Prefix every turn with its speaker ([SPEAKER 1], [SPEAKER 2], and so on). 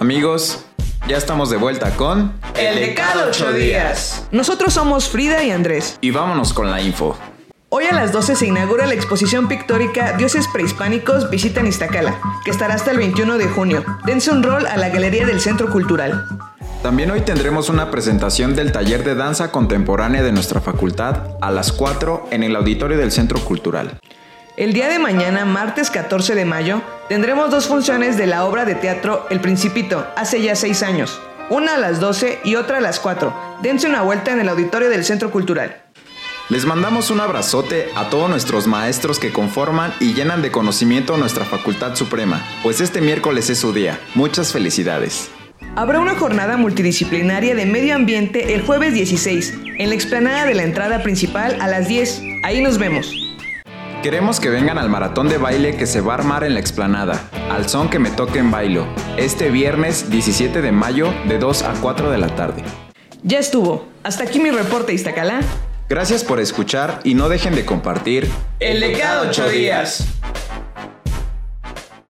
[SPEAKER 1] Amigos, ya estamos de vuelta con
[SPEAKER 2] El de cada ocho días. Nosotros somos Frida y Andrés.
[SPEAKER 1] Y vámonos con la info.
[SPEAKER 2] Hoy a las 12 se inaugura la exposición pictórica Dioses prehispánicos visitan Iztacala, que estará hasta el 21 de junio. Dense un rol a la galería del Centro Cultural.
[SPEAKER 1] También hoy tendremos una presentación del taller de danza contemporánea de nuestra facultad a las 4 en el auditorio del Centro Cultural.
[SPEAKER 2] El día de mañana, martes 14 de mayo, tendremos dos funciones de la obra de teatro El Principito, hace ya seis años. Una a las 12 y otra a las 4. Dense una vuelta en el auditorio del Centro Cultural.
[SPEAKER 1] Les mandamos un abrazote a todos nuestros maestros que conforman y llenan de conocimiento nuestra Facultad Suprema, pues este miércoles es su día. Muchas felicidades.
[SPEAKER 2] Habrá una jornada multidisciplinaria de medio ambiente el jueves 16, en la explanada de la entrada principal a las 10. Ahí nos vemos.
[SPEAKER 1] Queremos que vengan al maratón de baile que se va a armar en la explanada, al son que me toque en bailo, este viernes 17 de mayo de 2 a 4 de la tarde.
[SPEAKER 2] Ya estuvo. Hasta aquí mi reporte, Iztacalá.
[SPEAKER 1] Gracias por escuchar y no dejen de compartir
[SPEAKER 3] El de cada ocho días.